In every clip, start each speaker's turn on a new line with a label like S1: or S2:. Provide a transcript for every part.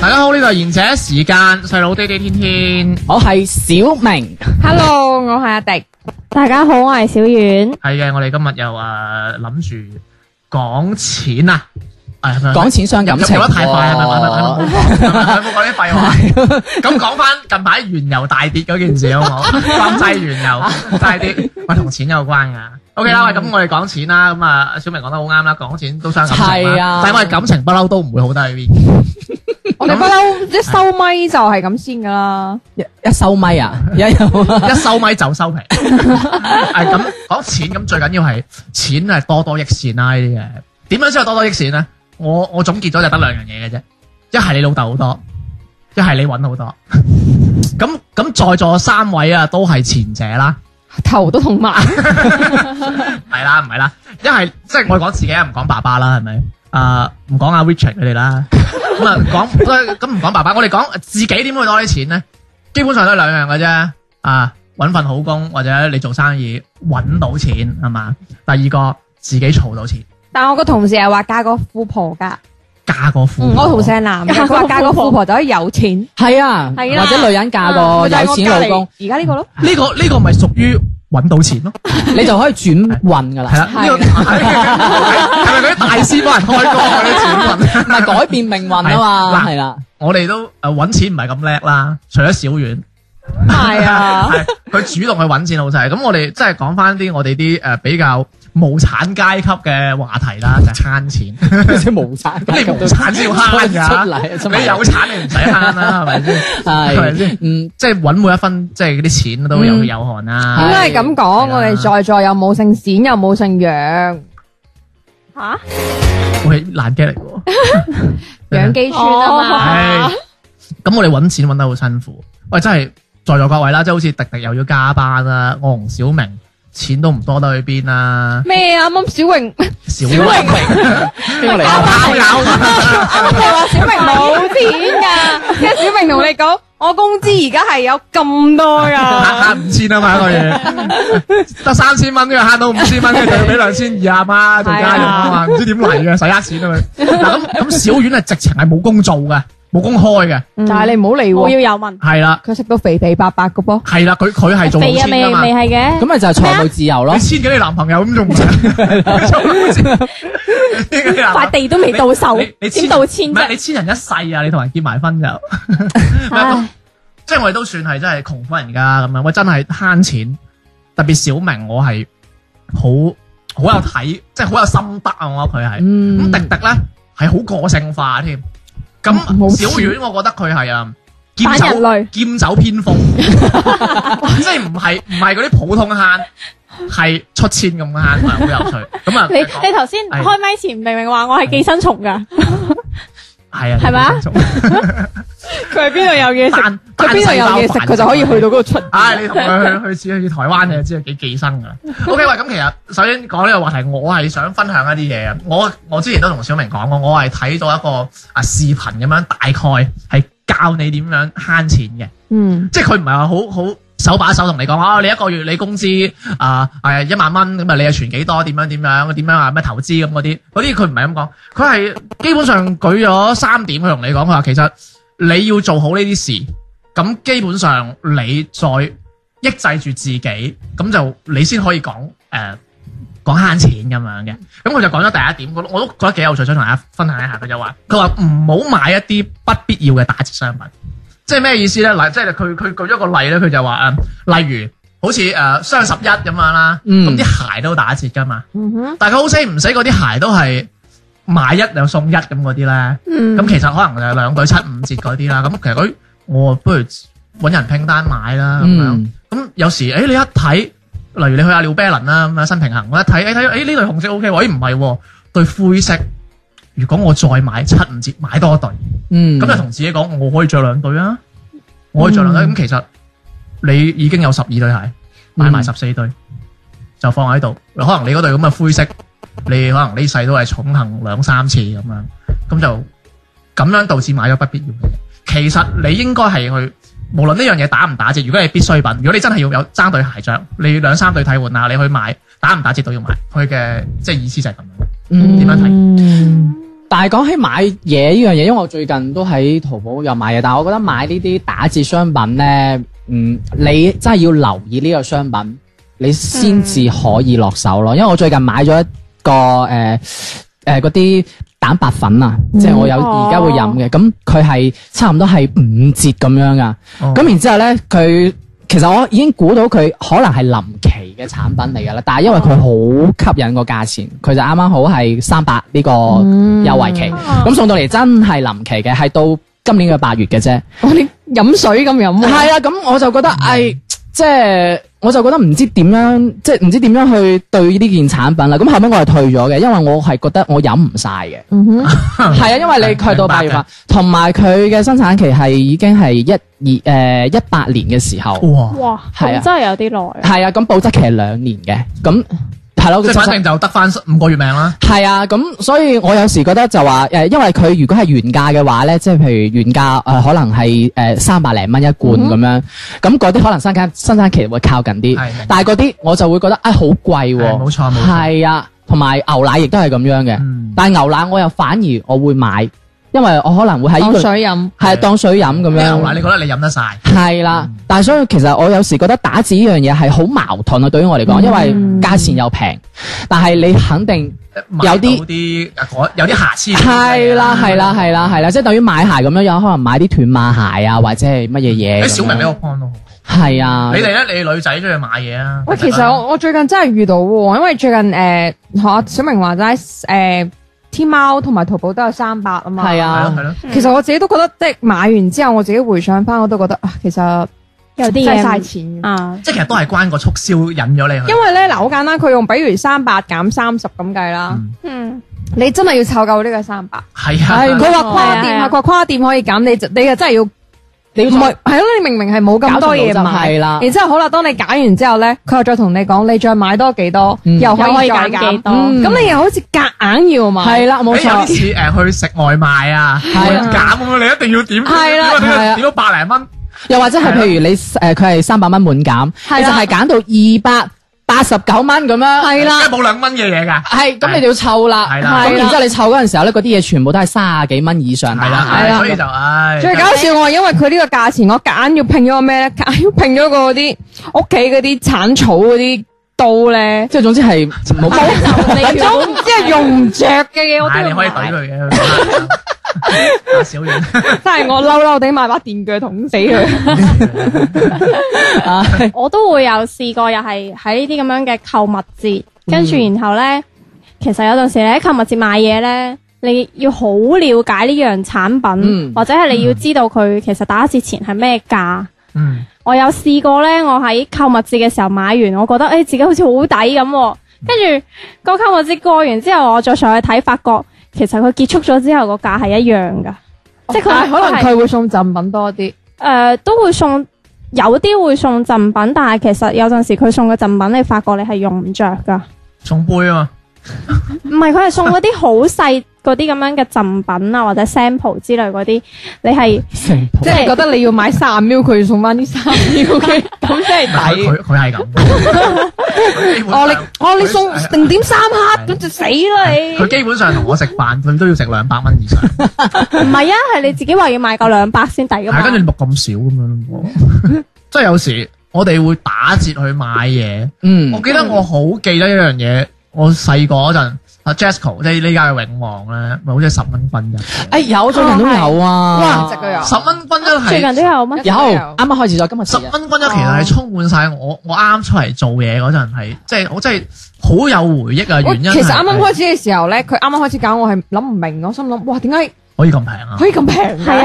S1: 大家好，呢度係賢者時間，細佬爹爹天天
S2: 我係小 明，
S3: Hello，我係阿迪。
S4: 大家好，我係小遠。
S1: 係嘅，我哋今日又誒諗住講錢啊，誒
S2: 講錢傷感情
S1: 講得太快係咪？
S2: 喎。
S1: 咪咪咪咪冇講啲廢話。咁講翻近排原油大跌嗰件事好唔好？國際原油大跌，喂，同錢有關噶。O K 啦，喂，咁我哋講錢啦，咁啊，小明講得好啱啦，講錢都傷感情
S2: 係
S1: 啦
S2: 啊，
S1: 但係我哋感情不嬲都唔會好低 V。
S3: 我哋不嬲 一收咪就係咁先噶啦。
S2: 一一收咪啊， 一有
S1: 一收咪就收皮。係咁講錢，咁最緊要係錢係多多益善啦呢啲嘢。點樣先係多多益善咧？我我總結咗就得兩樣嘢嘅啫，一係你老豆好多，一係你揾好多。咁咁在座三位啊，都係前者啦，
S3: 頭都痛埋，
S1: 係啦，唔係啦，一係即係我講自己啊，唔講爸爸啦，係咪？啊，唔講阿 Richard 佢哋啦， 咁啊講咁唔講爸爸，我哋講呃自己點會攞啲錢咧？基本上都係兩樣嘅啫，啊，揾份好工或者你做生意揾到錢係嘛？第二個自己儲到錢，
S3: 但我個同事係話嫁個富婆噶，
S1: 嫁個富
S3: 我
S1: 婆，
S3: 同事係男嘅，佢話嫁個富婆就可以有啊錢，
S2: 係啊，
S3: 係啦
S2: 或者女人嫁個有錢老公，，
S3: 而家呢個咯，
S1: 呢個呢個咪屬於揾到錢咯，
S2: 你就可以轉運噶啦
S1: 係。啦，呢個係咪嗰啲大師幫人開光嗰啲錢運？
S2: 唔係 改變命運啊嘛，
S1: 係
S2: 係 啦，
S1: 我哋都誒揾錢唔係咁叻啦，除咗小遠。
S3: 係啊，
S1: 係佢主動去揾錢老細。咁我哋即係講翻啲我哋啲誒比較無產階級嘅話題 啦，就係慳錢。
S2: 即係無產
S1: 咁你無產先要慳
S2: 出
S1: 㗎，
S2: 嚟，出嚟
S1: 你有產你唔使慳啦，係咪先？ 係咪
S2: 係
S1: 先
S2: 嗯
S1: 即係揾每一分，即係嗰啲錢都有血有汗
S3: 應
S1: 啦。
S3: 該係咁講，
S1: 嗯係啊
S3: 我哋在座又冇姓冼，又冇姓楊，吓
S1: 喂，爛 g 嚟 喎。
S3: 楊基村啊嘛，
S1: 唉咁我哋揾錢揾得好辛苦。喂，真係在座各位啦，即係好似迪迪又要加班啦，我同小明錢都唔多得去邊啦。
S3: 咩啊？啱啱小榮，
S1: 小明。
S2: 邊個嚟啊？
S1: 咬咬
S3: 啱啱你話小明冇錢噶，跟住小明同你講，我工資而家係有咁多噶。
S1: 慳五千啊嘛，一 個月得三千蚊，跟住慳到五千蚊，跟住就要俾兩千二阿媽做家用啊嘛，唔知點嚟嘅，使呃錢啊嘛。嗱咁咁小丸係直情係冇工做嘅，冇工開嘅，
S3: 但係你唔好理
S4: 我
S3: 喎，
S4: 要有問，
S1: 係啦
S3: 佢食到肥肥白白嘅噃，
S1: 係啦，佢佢係做老
S4: 肥啊
S1: 千
S4: 未
S1: 㗎嘛
S4: 未。係嘅，
S2: 咁咪就係財務自由咯
S1: 你。千幾你男朋友咁 仲唔係 做老千你千幾你男朋友
S4: 塊地都未到手
S1: 你你，
S4: 點到千
S1: 唔係你
S4: 啫？
S1: 千人一世啊！你同人結埋婚就，唔係咁即係我哋都算係真係窮苦人家咁樣。我真係慳錢，特別小明我係好好有睇，即係好有心得啊！我覺得佢係咁
S2: 嗯
S1: 迪迪咧係好個性化添。咁
S4: 啊
S3: 冇
S1: 小遠我覺得佢係啊劍
S4: 反人
S1: 走
S4: 類，
S1: 劍走偏鋒，即係唔係唔係嗰啲普通慳，係出千咁慳，係好有趣。咁啊，
S4: 你你頭先
S1: 係
S4: 開咪前明明話我係寄生蟲㗎，
S1: 係啊，
S4: 係咪啊
S3: 佢喺邊度 有嘢食，
S1: 單
S3: 佢
S1: 單
S3: 邊度
S1: 細胞
S3: 有嘢食，
S1: 繁
S3: 佢就可以
S1: 殖
S3: 去到嗰度出。
S1: 唉，你同佢去去去去台灣，你就知佢幾寄生噶啦。OK，喂，咁其實首先講呢個話題，我係想分享一啲嘢啊。我我之前都同小明講過，我係睇到一個啊視頻咁樣，大概係教你點樣慳錢嘅，
S3: 嗯，
S1: 即係佢唔係話好好。手把手同你講啊，你一個月你工資啊係一萬蚊咁啊，你又存幾多？點樣點樣點樣啊？咩投資咁嗰啲嗰啲佢唔係咁講，佢係基本上舉咗三點，佢同你講，佢話其實你要做好呢啲事，咁基本上你再抑制住自己，咁就你先可以講誒、呃、講慳錢咁樣嘅。咁佢就講咗第一點，我我都覺得幾有趣，想同大家分享一下。佢就話佢話唔好買一啲不必要嘅打折商品，即係咩意思咧？嗱，即係佢佢舉咗個例咧，佢就話誒，例如好似誒、呃雙十一咁樣啦，
S2: 嗯
S1: 咁啲、鞋都打折噶嘛，
S3: 嗯哼，
S1: 但係佢好死唔死嗰啲鞋都係買一兩送一咁嗰啲咧。
S4: 嗯
S1: 咁其實可能就係兩對七五折嗰啲啦。咁哎其實佢我不如揾人拼單買啦咁樣。
S2: 嗯，
S1: 咁有時誒、欸你一睇例如你去阿廖啤林啦，咁啊新平衡，我一睇，誒睇，誒呢類紅色 O K 喎，哎咦唔係喎，對灰色，如果我再買七五折買多一對，
S5: 嗯，
S1: 咁就同自己講，我可以着兩對啊，我可以着兩對，咁、其實你已經有十二對鞋，買埋
S5: 嗯
S1: 十四對，就放喺度，可能你嗰對咁嘅灰色，你可能呢世都係重行兩三次咁樣，咁就咁樣導致買咗不必要嘅嘢。其實你應該係去，無論呢樣嘢打唔打折，如果係必需品，如果你真係要有爭對鞋着，你兩三對替換啊，你去買打唔打折都要買。佢嘅即係意思就係咁樣。
S5: 嗯
S1: 點樣睇
S3: 嗯
S5: 但係講起買嘢呢樣嘢，因為我最近都喺淘寶有買嘢，但係我覺得買呢啲打折商品咧，嗯，你真係要留意呢個商品，你先至可以落手咯。因為我最近買咗一個誒誒嗰啲蛋白粉啊，即係我有而家會飲嘅，咁佢係差唔多係五折咁樣噶。
S1: 哦
S5: 咁然之後咧，佢其實我已經估到佢可能係臨期嘅產品嚟㗎啦，但係因為佢好吸引個價錢，佢就啱啱好係三百呢個優惠期，咁、送到嚟真係臨期嘅，係到今年嘅八月嘅啫。
S3: 我哋飲水咁飲喎。
S5: 係啊，咁我就覺得誒，即係我就覺得唔知點樣，即係唔知點樣去對呢件產品啦。咁後尾我係退咗嘅，因為我係覺得我飲唔晒嘅。
S3: 嗯
S1: 嗯
S5: 係啊，因為你佢到八月份，同埋佢嘅生產期係已經係一二呃誒一八年嘅時候。
S1: 哇！
S4: 哇，
S5: 係啊
S4: 咁真係有啲耐啊。
S5: 係啊，咁保質期係兩年嘅，咁係咯，
S1: 即係反正就得翻五個月命啦。
S5: 係啊，咁所以我有時覺得就話誒、因為佢如果係原價嘅話咧，即係譬如原價誒、可能係誒三百零蚊一罐
S1: 嗯
S5: 咁樣，咁嗰啲可能生產生產期會靠近啲
S1: 係明白，
S5: 但係嗰啲我就會覺得啊好貴喎，
S1: 係冇錯冇錯
S5: 係啊，同埋牛奶亦都係咁樣嘅，
S1: 嗯
S5: 但係牛奶我又反而我會買，因為我可能會喺呢
S3: 當
S5: 個
S3: 水飲，
S5: 係當水飲咁樣。
S1: 牛奶你覺得你飲得晒？
S5: 係啦，
S1: 嗯
S5: 但係所以其實我有時覺得打字呢樣嘢係好矛盾啊，對於我嚟
S1: 嗯
S5: 講，因為價錢又平，但係你肯定
S1: 買
S5: 有啲
S1: 到啲改有啲瑕疵。
S5: 係啦
S1: 嗯
S5: 係啦。係啦係啦，即係等於買鞋咁樣，有可能買啲斷碼鞋啊，或者係乜嘢嘢咁樣。
S1: 誒，小明俾我 point 咯。
S5: 係啊，
S1: 你哋咧，你女仔中意買嘢啊？
S3: 喂，其實我我最近真係遇到喎，因為最近誒學阿小明話齋誒天貓同埋淘寶都有三百啊嘛。
S5: 係
S1: 係咯
S5: 啊
S1: 係，咯，
S3: 其實我自己都覺得，即係買完之後，我自己回想翻，我都覺得啊，其實
S4: 有
S3: 真
S4: 啲
S3: 係
S4: 嘢
S3: 嘥錢嘅。
S4: 啊，
S1: 即係其實都係關個促銷引咗
S5: 嗯
S1: 你去
S3: 因。為咧嗱，好簡單，佢用比如三百減三十咁計啦，
S1: 嗯
S4: 嗯，
S3: 你真係要湊夠呢個三百。
S1: 係
S5: 係
S1: 啊，
S3: 佢話跨店
S4: 係啊
S3: 啊，佢話跨店可以減，你就你又真係要唔
S5: 你要
S3: 係係咯？你明明係冇咁多
S5: 搞到
S3: 嘢
S5: 就
S3: 買，
S5: 係啦
S3: 然之後好啦，當你減完之後咧，佢又再同你講，你再買多幾多，
S5: 嗯
S3: 又可以
S4: 又可
S3: 再
S4: 以減幾
S3: 減，
S4: 多
S3: 嗯咁你又好似夾硬要買。
S5: 係啦，冇
S1: 誒有啲
S5: 錯，
S1: 似誒去食外賣啊，
S5: 係啊
S1: 減咁你一定要點？
S5: 係啦
S1: 點啊
S5: 係啊
S1: 點到百零蚊。
S5: 又或者係譬如你誒佢係三百蚊滿減，
S3: 係
S5: 你就
S3: 啦
S5: 係減到二百八十九蚊咁樣。
S3: 係啦
S1: 即係冇兩蚊嘅嘢㗎。
S5: 係，咁你就要湊啦。
S1: 係啦
S5: 咁
S3: 係啦
S5: 然之後你湊嗰陣時候咧，嗰啲嘢全部都係三十幾蚊以上打
S1: 係啦，
S5: 下
S1: 係
S3: 係
S1: 啦，
S3: 啦
S1: 所以就唉，
S3: 最搞笑我係因為佢呢個價錢，我夾硬要拼咗個 咩咧？夾硬要拼咗個嗰啲屋企嗰啲剷草嗰啲 刀咧，
S5: 即係總之係冇
S3: 你總之係用唔着嘅嘢，我
S1: 唉
S3: 都
S1: 你
S3: 要
S1: 可以
S3: 買
S1: 懟。 佢嘅。阿小遠，
S3: 真係我嬲嬲地買把電鋸捅死佢。
S5: 啊，
S4: 我都會有試過，又係喺呢啲咁樣嘅購物節，跟住然後咧，其實有陣時你喺購物節買嘢咧，你要好了解呢樣產品，
S5: 嗯
S4: 或者係你要知道佢其實打折前係咩價。
S1: 嗯，
S4: 我有試過咧，我喺購物節嘅時候買完，我覺得誒、欸自己好似好抵咁喎，跟住個購物節過完之後，我再上去睇，發覺其實佢結束咗之後個價係一樣噶，即係佢
S3: 但係可能
S4: 係
S3: 佢會送贈品多啲。
S4: 誒、呃都會送有啲會送贈品，但係其實有陣時佢送嘅贈品，你發覺你係用唔着噶。
S1: 送杯啊嘛，
S4: 唔係佢係送嗰啲好細嗰啲咁樣嘅贈品啊，或者 sample 之類嗰啲，你係
S5: 成
S3: 即係覺得你要買三秒，佢要送翻啲三 秒嘅，咁真係
S1: 佢
S3: 抵。
S1: 佢佢 係咁。基本上
S3: 哦，你哦你送
S1: 佢
S3: 零點三克咁就死啦你。
S1: 佢基本上同我食飯，佢都要食兩百蚊以上，係
S4: 唔係啊？係你自己話要買夠兩百先抵噶
S3: 啊
S4: 嘛？
S1: 跟住你咪咁少咁樣咯。即係有時我哋會打折去買嘢。
S5: 嗯
S1: 我記得我好記得一樣嘢，我細個嗰陣，阿 Jasco 即係呢家嘅永旺咧，咪好似係十蚊均一
S3: 哎
S1: 嘅。
S5: 誒有最近都有啊，
S3: 哇值佢有
S1: 十蚊均一係
S4: 最近都有咩？
S5: 有啱啱開始咗今日
S1: 十
S5: 先
S1: 蚊均一其實係充滿晒我我啱出嚟做嘢嗰陣係，即係我真係好有回憶啊！
S3: 我
S1: 原因
S3: 其實啱啱
S1: 開
S3: 開始嘅時候咧，佢啱啱開始搞我係諗唔明，我心諗哇點解
S1: 可以咁平啊，
S3: 可以咁平？
S4: 係啊係啊係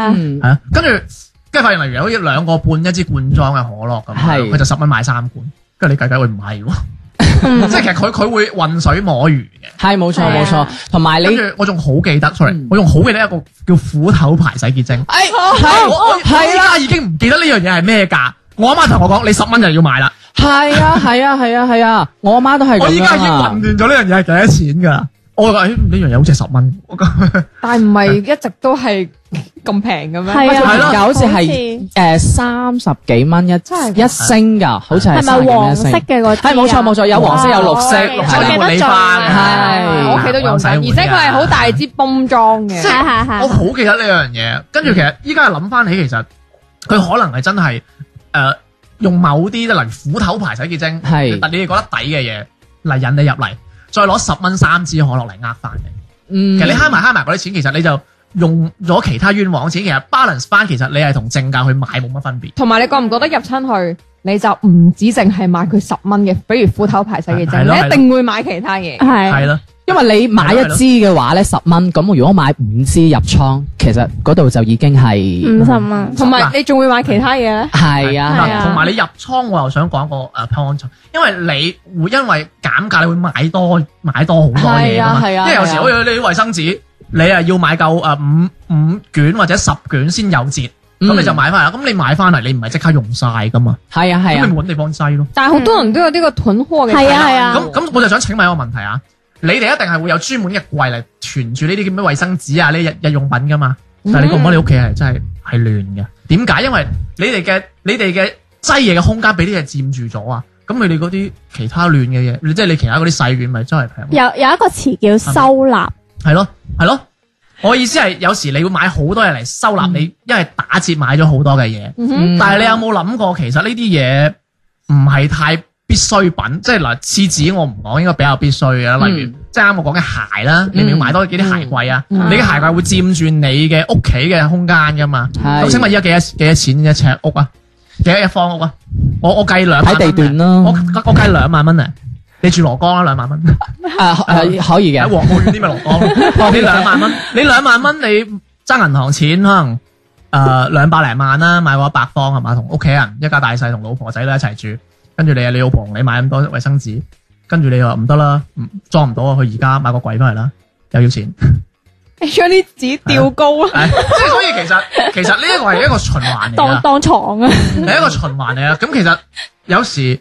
S4: 啊，
S5: 嗯
S1: 係啊，跟住跟住發現例如好似兩個半一支罐裝嘅可樂咁樣，
S5: 係
S1: 佢就十蚊買三罐，跟住你計計，喂唔係喎， 即係其實佢佢會混水摸魚嘅。
S5: 係冇錯
S4: 係啊
S5: 冇錯，同埋你
S1: 跟住我仲好記得，sorry，
S5: 嗯
S1: 我仲好記得一個叫斧頭牌洗潔精。
S5: 诶
S3: 哦
S1: 我我我
S5: 係
S1: 依
S5: 啦
S1: 家已經唔記得呢樣嘢係咩價。我阿媽同我講，你十蚊就要買啦。
S5: 係啊係啊係啊係啊，我阿媽都係
S1: 我依
S5: 咁
S1: 家已
S5: 㗎
S1: 經
S5: 嘛
S1: 混。亂咗呢樣嘢係幾多錢㗎啦。我話：咦呢樣嘢好似係十蚊。我講
S3: 但系唔係一直都係咁平嘅咩？
S4: 係啊
S5: 係
S1: 係
S5: 咯，
S1: 咯
S5: 好似
S4: 好似
S5: 係誒三十幾蚊一
S3: 係
S5: 一升㗎，好似係
S4: 係
S5: 三十幾蚊
S4: 咪
S5: 一
S4: 黃
S5: 升
S4: 色。嘅嗰啲啊？
S5: 係冇錯冇錯，有黃色有綠色，
S4: 哦
S1: 綠色
S5: 係啦
S1: 啲茉莉花㗎
S5: 係
S3: 啊我屋企都用緊，而
S1: 啊
S3: 且佢係好大支泵裝嘅
S4: 係。係
S1: 我
S5: 啊
S4: 係。
S1: 好記得呢樣嘢。跟住其實依家諗翻起，其實佢可能係真係誒、呃用某啲即係例如斧頭牌洗潔精，
S5: 係
S1: 但你哋覺得抵嘅嘢嚟引你入嚟，再攞十蚊三支可樂嚟呃翻你。
S5: 嗯
S1: 其實你慳埋慳埋嗰啲錢，其實你就用咗其他冤枉錢，其實 balance 翻，其實你係同正價去買冇乜分別。
S3: 同埋你覺唔覺得入親去，你就唔止淨係買佢十蚊嘅，比如斧頭牌洗嘅
S1: 係
S3: 精，
S1: 咯
S3: 你
S1: 係
S3: 一
S1: 咯
S3: 定會買其他 嘢。
S4: 係
S1: 係咯，
S5: 因為你買一支嘅話咧十蚊，咁如果買五支入倉，其實嗰度就已經係
S4: 五十蚊，
S3: 同埋你仲會買其他嘢咧？
S5: 係
S4: 係
S5: 啊，
S4: 啊
S1: 嗱同埋你入倉，我又想講個誒 point，因為你會因為減價，你會買多買多好多
S5: 係
S1: 嘢㗎
S5: 啊
S1: 嘛。
S5: 係
S1: 因
S5: 啊，
S1: 為有時
S5: 係啊
S1: 好似你啲衛生紙，你啊要買夠誒五五卷或者十卷先有折，咁
S5: 嗯
S1: 你就買翻嚟。咁你買翻嚟，你唔係即刻用晒噶嘛？
S5: 係啊係
S1: 咁
S5: 啊
S1: 你咪。揾地方擠咯。
S3: 但係好多人都有呢個囤貨嘅
S4: 係啊係 啊
S1: 咁咁我就想請問一個問題啊，你哋一定係會有專門嘅櫃嚟存住呢啲叫咩衛生紙啊、呢日日用品噶嘛？但係你覺唔覺得你屋企係真係係亂嘅？點解？因為你哋嘅你哋嘅擠嘢嘅空間俾啲嘢佔住咗啊！咁佢哋嗰啲其他亂嘅嘢，你即係你其他嗰啲細軟咪真係平咯。
S4: 有有一個詞叫收納，
S1: 系咯，系咯。我意思係有時你會買好多嘢嚟收納你，因為打折買咗好多嘅嘢。
S5: 嗯
S1: 但係你有冇諗過，其實呢啲嘢唔係太必需品，即係嗱，廁紙我唔講，應該比較必須嘅。例如，
S5: 嗯
S1: 即係啱我講嘅鞋啦，你咪要買多幾啲鞋櫃啊。
S4: 嗯
S1: 你嘅鞋櫃會佔住你嘅屋企嘅空間噶嘛。
S5: 係
S1: 咁請問依家幾多幾多錢一尺屋啊？幾多一方屋啊？我我計兩萬
S5: 睇地
S1: 蚊
S5: 段
S1: 啊
S5: 咯
S1: 我我計兩萬蚊啊！你住羅江啦，兩萬蚊。
S5: 啊誒可以
S1: 喺
S5: 嘅，
S1: 黃澳苑啲咪龍江，哦你兩萬蚊，你兩萬蚊你爭銀行錢可能誒兩百零萬啦，買個一百方係嘛，同屋企人一家大細同老婆仔咧一齊住，跟住你你老婆同你買咁多衛生紙，跟住你又話唔得啦，唔裝唔到啊，佢而家買個櫃翻嚟啦，又要錢，
S3: 將啲紙吊高啊！
S1: 係即係所以其實其實呢一個係一個循環嚟
S4: 當
S1: 㗎。
S4: 當床啊，
S1: 係一個循環嚟啊！咁其實有時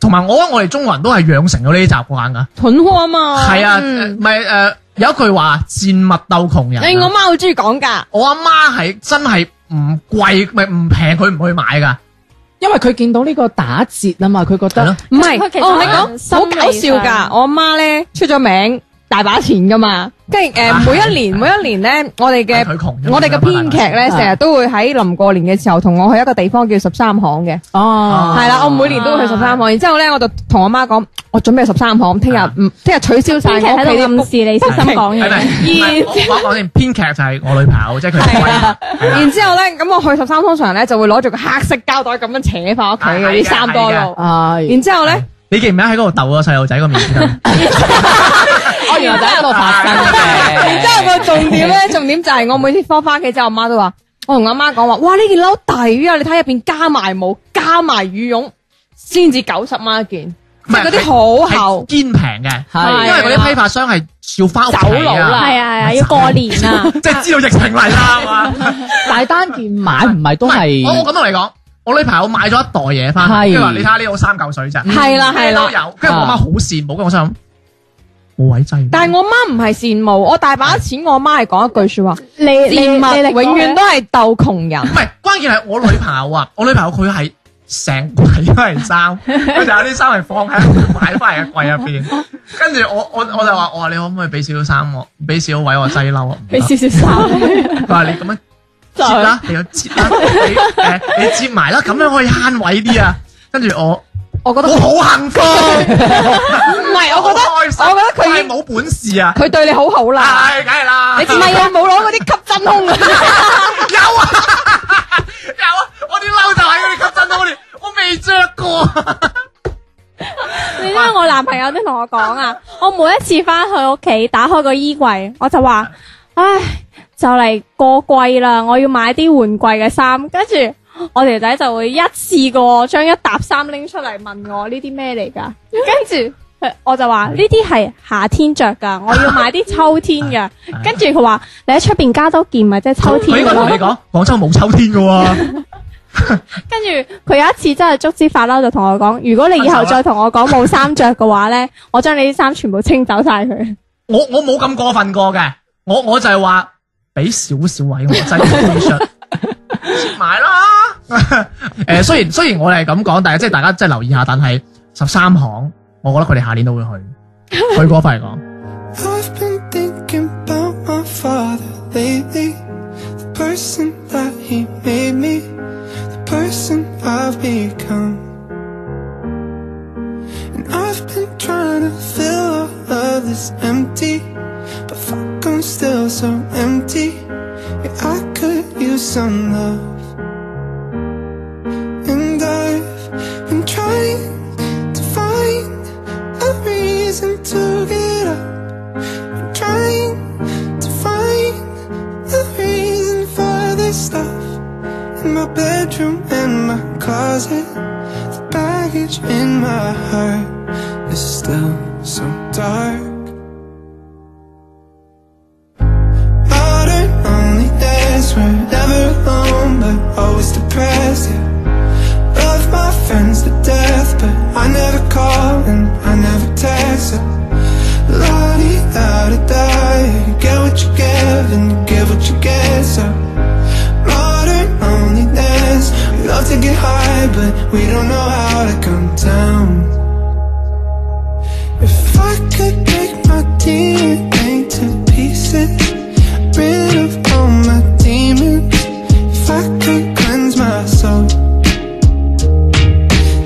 S1: 同埋我覺得我哋中國人都係養成咗呢啲習慣㗎。
S3: 囤貨啊嘛。
S1: 係啊，
S4: 嗯
S1: 唔係誒有一句話賤物鬥窮人啊。
S3: 誒，我媽好中意講㗎。
S1: 我阿媽係真係唔貴，咪唔平，佢唔會買噶。
S5: 因為佢見到呢個打折啊嘛，佢覺
S1: 係
S5: 得
S1: 咯
S3: 唔係，
S4: 佢其實
S3: 我係
S4: 係
S3: 講
S4: 心
S3: 好搞笑
S4: 理
S3: 㗎。
S4: 上
S3: 我阿媽咧出咗名，大把錢㗎嘛。跟住
S1: 啊
S3: 誒，每一 年每一年咧，我哋嘅
S1: 但佢窮啫嘛
S3: 我哋嘅編劇咧，
S5: 係
S3: 成日都會喺臨過年嘅時候同我去一個地方叫十三行嘅。
S5: 哦，
S3: 係啦，我每年都
S4: 啊
S3: 會去十三行。然之後咧，我就同我媽講，我準備十三行，聽日
S1: 啊
S3: 唔聽日取消晒
S4: 編 劇
S3: 我屋
S4: 喺
S3: 企啲
S4: 度暗
S3: 谷
S4: 示你小心講
S1: 係咪？
S4: 嘢，
S1: 唔係我講講先，編劇就係我女朋友，即係佢係啊貴。
S3: 啊然之後咧，咁我去十三通常咧就會攞住個黑色膠袋咁樣扯翻屋企
S1: 係
S3: 嘅
S1: 嘅
S3: 啲衫多
S1: 係
S3: 度。
S5: 係，
S3: 然之後咧，
S1: 你記唔記得喺嗰度鬥個細路仔 個面先啊？
S5: 我原來就喺度發生嘅，
S3: 然之後個重點咧，重點就係我每次翻翻屋企之後，我媽都話，我同阿媽講話，哇呢件褸抵啊！你睇入邊加埋帽，加埋羽絨，先至九十蚊一件，
S1: 唔
S3: 即係
S1: 係
S3: 嗰啲好
S1: 係
S3: 厚。啊
S1: 堅平嘅，
S5: 係
S1: 因為嗰啲批發商係要翻屋
S3: 走
S1: 企
S3: 佬
S1: 啊
S3: 啦，
S4: 係啊係啊，要過年啊，
S1: 即係知道疫情嚟啦，係嘛？
S5: 大單件買唔係都係
S1: 唔我我咁樣嚟講，我女朋友買咗一袋嘢翻嚟，
S5: 係
S1: 跟住話你睇下呢度三嚿水咋，
S3: 係啦係
S1: 都
S3: 啦，
S1: 有。跟住我媽好羨慕，跟住我心諗冇位擠。
S3: 但係我媽唔係羨慕，我大把錢，我媽係講一句説話，
S4: 你 你
S3: 羨
S4: 你
S3: 慕永遠都係鬥窮人。
S1: 唔係，關鍵係我女朋 友啊，我女朋友佢係成櫃都係衫，佢就有啲衫係放喺我買翻嚟嘅櫃入邊。跟住我我我就話我話你可唔可以俾少少衫我，俾少位我 擠褸啊？唔得
S4: 俾少少衫，
S1: 佢話你咁樣折啦，你有折啦，你誒你折埋啦，咁樣可以慳位啲啊。跟住我
S3: 我覺得
S1: 我好 幸福，
S3: 唔係，我覺得
S1: 好開心，
S3: 我覺得佢已
S1: 係冇本事啊，
S3: 佢對你好好啦。
S1: 係梗係啦，
S3: 你知唔係啊？冇攞嗰啲吸真空啊！
S1: 有啊 有啊，我啲褸就喺嗰啲吸震到我哋，我未着過。
S4: 你知唔知我男朋友都同我講啊， 我每一次翻去屋企打開個衣櫃，我就話：唉，就嚟過季啦，我要買啲換季嘅衫。跟住我條仔就會一次過將一沓衫拎出嚟問我呢啲咩嚟㗎，跟住。佢我就話呢啲係夏天着㗎，我要買啲秋天嘅。跟住佢話你喺出邊加多件咪即係秋
S1: 佢
S4: 天
S1: 應該
S4: 㗎
S1: 同
S4: 咯
S1: 你。講，廣州冇秋天嘅喎，
S4: 跟住佢有一次真係足之發嬲，就同我講：如果你以後再同我講冇衫着嘅 話咧，我將你啲衫全部清走晒佢。
S1: 我我冇咁過分過嘅，我我就係話俾少少位我擠 T 恤，切埋啦。誒，雖然雖然我哋係咁講，但係即係大家即係留意下，但係十三行，我覺得佢哋下年都會去，去嗰份嚟講。
S6: I've been thinking about my father lately. The person that he made me, the person I've become. And I've been trying to fill all of this empty, but fuck, I'm still so empty. Yeah, I could use some love. And I've been trying to find a reason to get up trying to find the reason for this stuff in my bedroom and my closet. The baggage in my heart is still so dark. Modern loneliness, we're never alone, but always depressed. Yeah. Love my friends to death, but I never call and I never text. Yeah. Lottie, da da da, you get what you give and you give what you get. So modern loneliness, we love to get high, but we don't know how to come down. If I could break my DNA to pieces, rid of all my demons. If I could cleanse my soul.